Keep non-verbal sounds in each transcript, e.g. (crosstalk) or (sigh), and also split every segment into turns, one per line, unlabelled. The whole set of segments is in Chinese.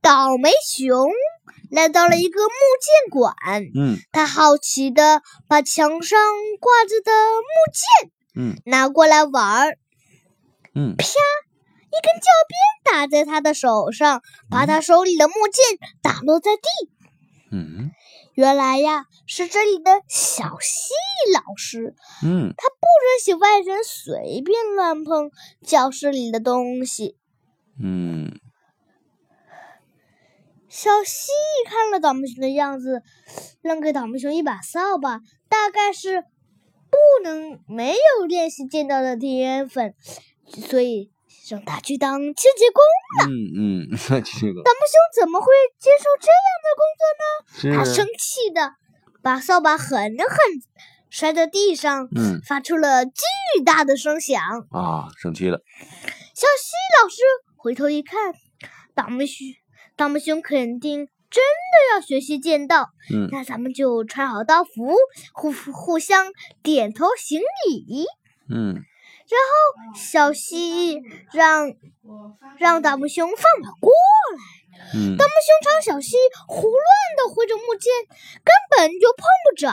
倒霉熊来到了一个木剑馆，
嗯
他好奇的把墙上挂着的木剑
嗯
拿过来玩儿，
嗯
一根教鞭打在他的手上，把他手里的木剑打落在地。
嗯
原来呀，是这里的小西老师，
嗯
不允许外人随便乱碰教室里的东西。
嗯
小西看了倒霉熊的样子，扔给倒霉熊一把扫把，大概是不能没有练习剑道的天分，所以让他去当清洁工。
嗯 (laughs) 嗯，这个
倒霉熊怎么会接受这样的工作呢？他
是
生气的把扫把狠狠摔在地上，
嗯
发出了巨大的声响。
啊，生气了，
小西老师回头一看，倒霉熊，倒霉熊肯定真的要学习剑道。
嗯
那咱们就穿好道服，互互相点头行礼。
嗯
小西让让倒霉熊放马过来。
嗯
倒霉熊朝小西胡乱的挥着木剑，根本就碰不着。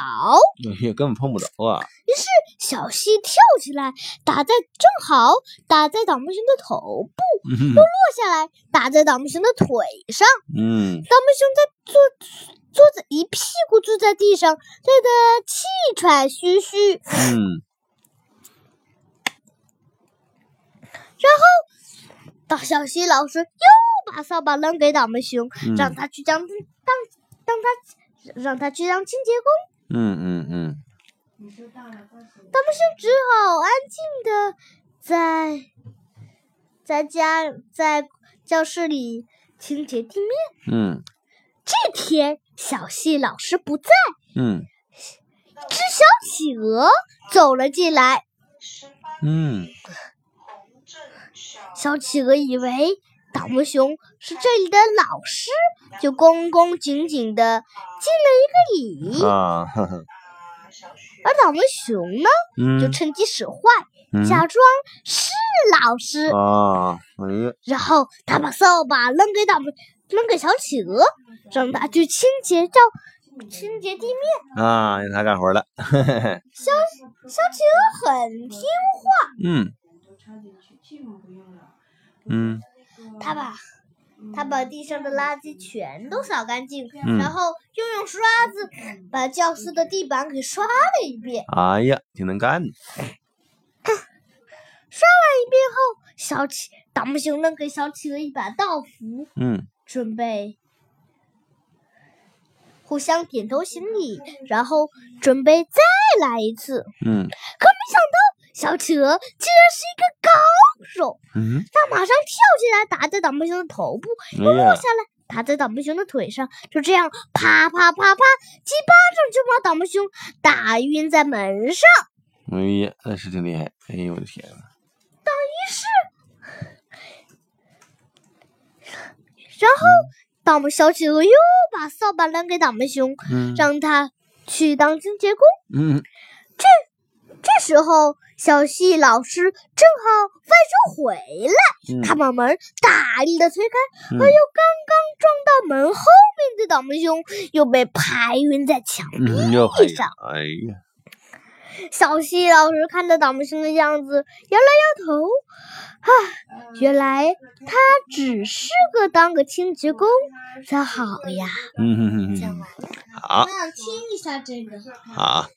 也根本碰不着啊，
于是小西跳起来，打在正好打在倒霉熊的头部，
嗯
落下来打在倒霉熊的腿上。
嗯
倒霉熊在坐坐在一屁股坐在地上，累得气喘吁吁。
嗯
到小西老师又把扫把扔给倒霉熊，
嗯
让他去当当当他让他去当清洁工。
嗯嗯嗯
倒霉熊只好安静的在在家在教室里清洁地面。
嗯
这天，小西老师不在，
嗯
一只小企鹅走了进来。
嗯
小企鹅以为倒霉熊是这里的老师，就恭恭敬敬的敬了一个礼。
啊，呵呵
而倒霉熊呢，就
嗯
趁机使坏，
嗯
假装是老师，
啊，哎呀，
然后他把扫把扔给倒霉，扔给小企鹅，让他去清洁照。清洁地面，
啊，让他干活了，
小企鹅很听话，
嗯嗯
它把它把地上的垃圾全都扫干净，
嗯
然后又用刷子把教室的地板给刷了一遍。
哎呀，挺能干的，
小企倒霉熊扔给小企鹅一把道符，
嗯
准备互相点头行礼，然后准备再来一次。
嗯
可没想到，小企鹅竟然是一个高手，
嗯，
它马上跳起来打在倒霉熊的头部，
哎呀
落，下来打在倒霉熊的腿上，就这样啪啪啪啪几巴掌就把倒霉熊打晕在门上。
哎呀，那是挺厉害，哎呦我的天呐，
然后，倒霉小企鹅又把扫把扔给倒霉熊，
嗯
让他去当清洁工。
嗯
这时候，小西老师正好外出回来，
嗯
他把门大力的推开，
嗯
哎呦，刚刚撞到门后面的倒霉熊又被拍晕在墙壁。
嗯，又
地
哎呀
上，
哎呀，
小西老师看着倒霉熊的样子，摇了摇头，啊，原来他只是个当个清洁工才好呀。
嗯嗯哼哼哼，好
想听一下这个。
好。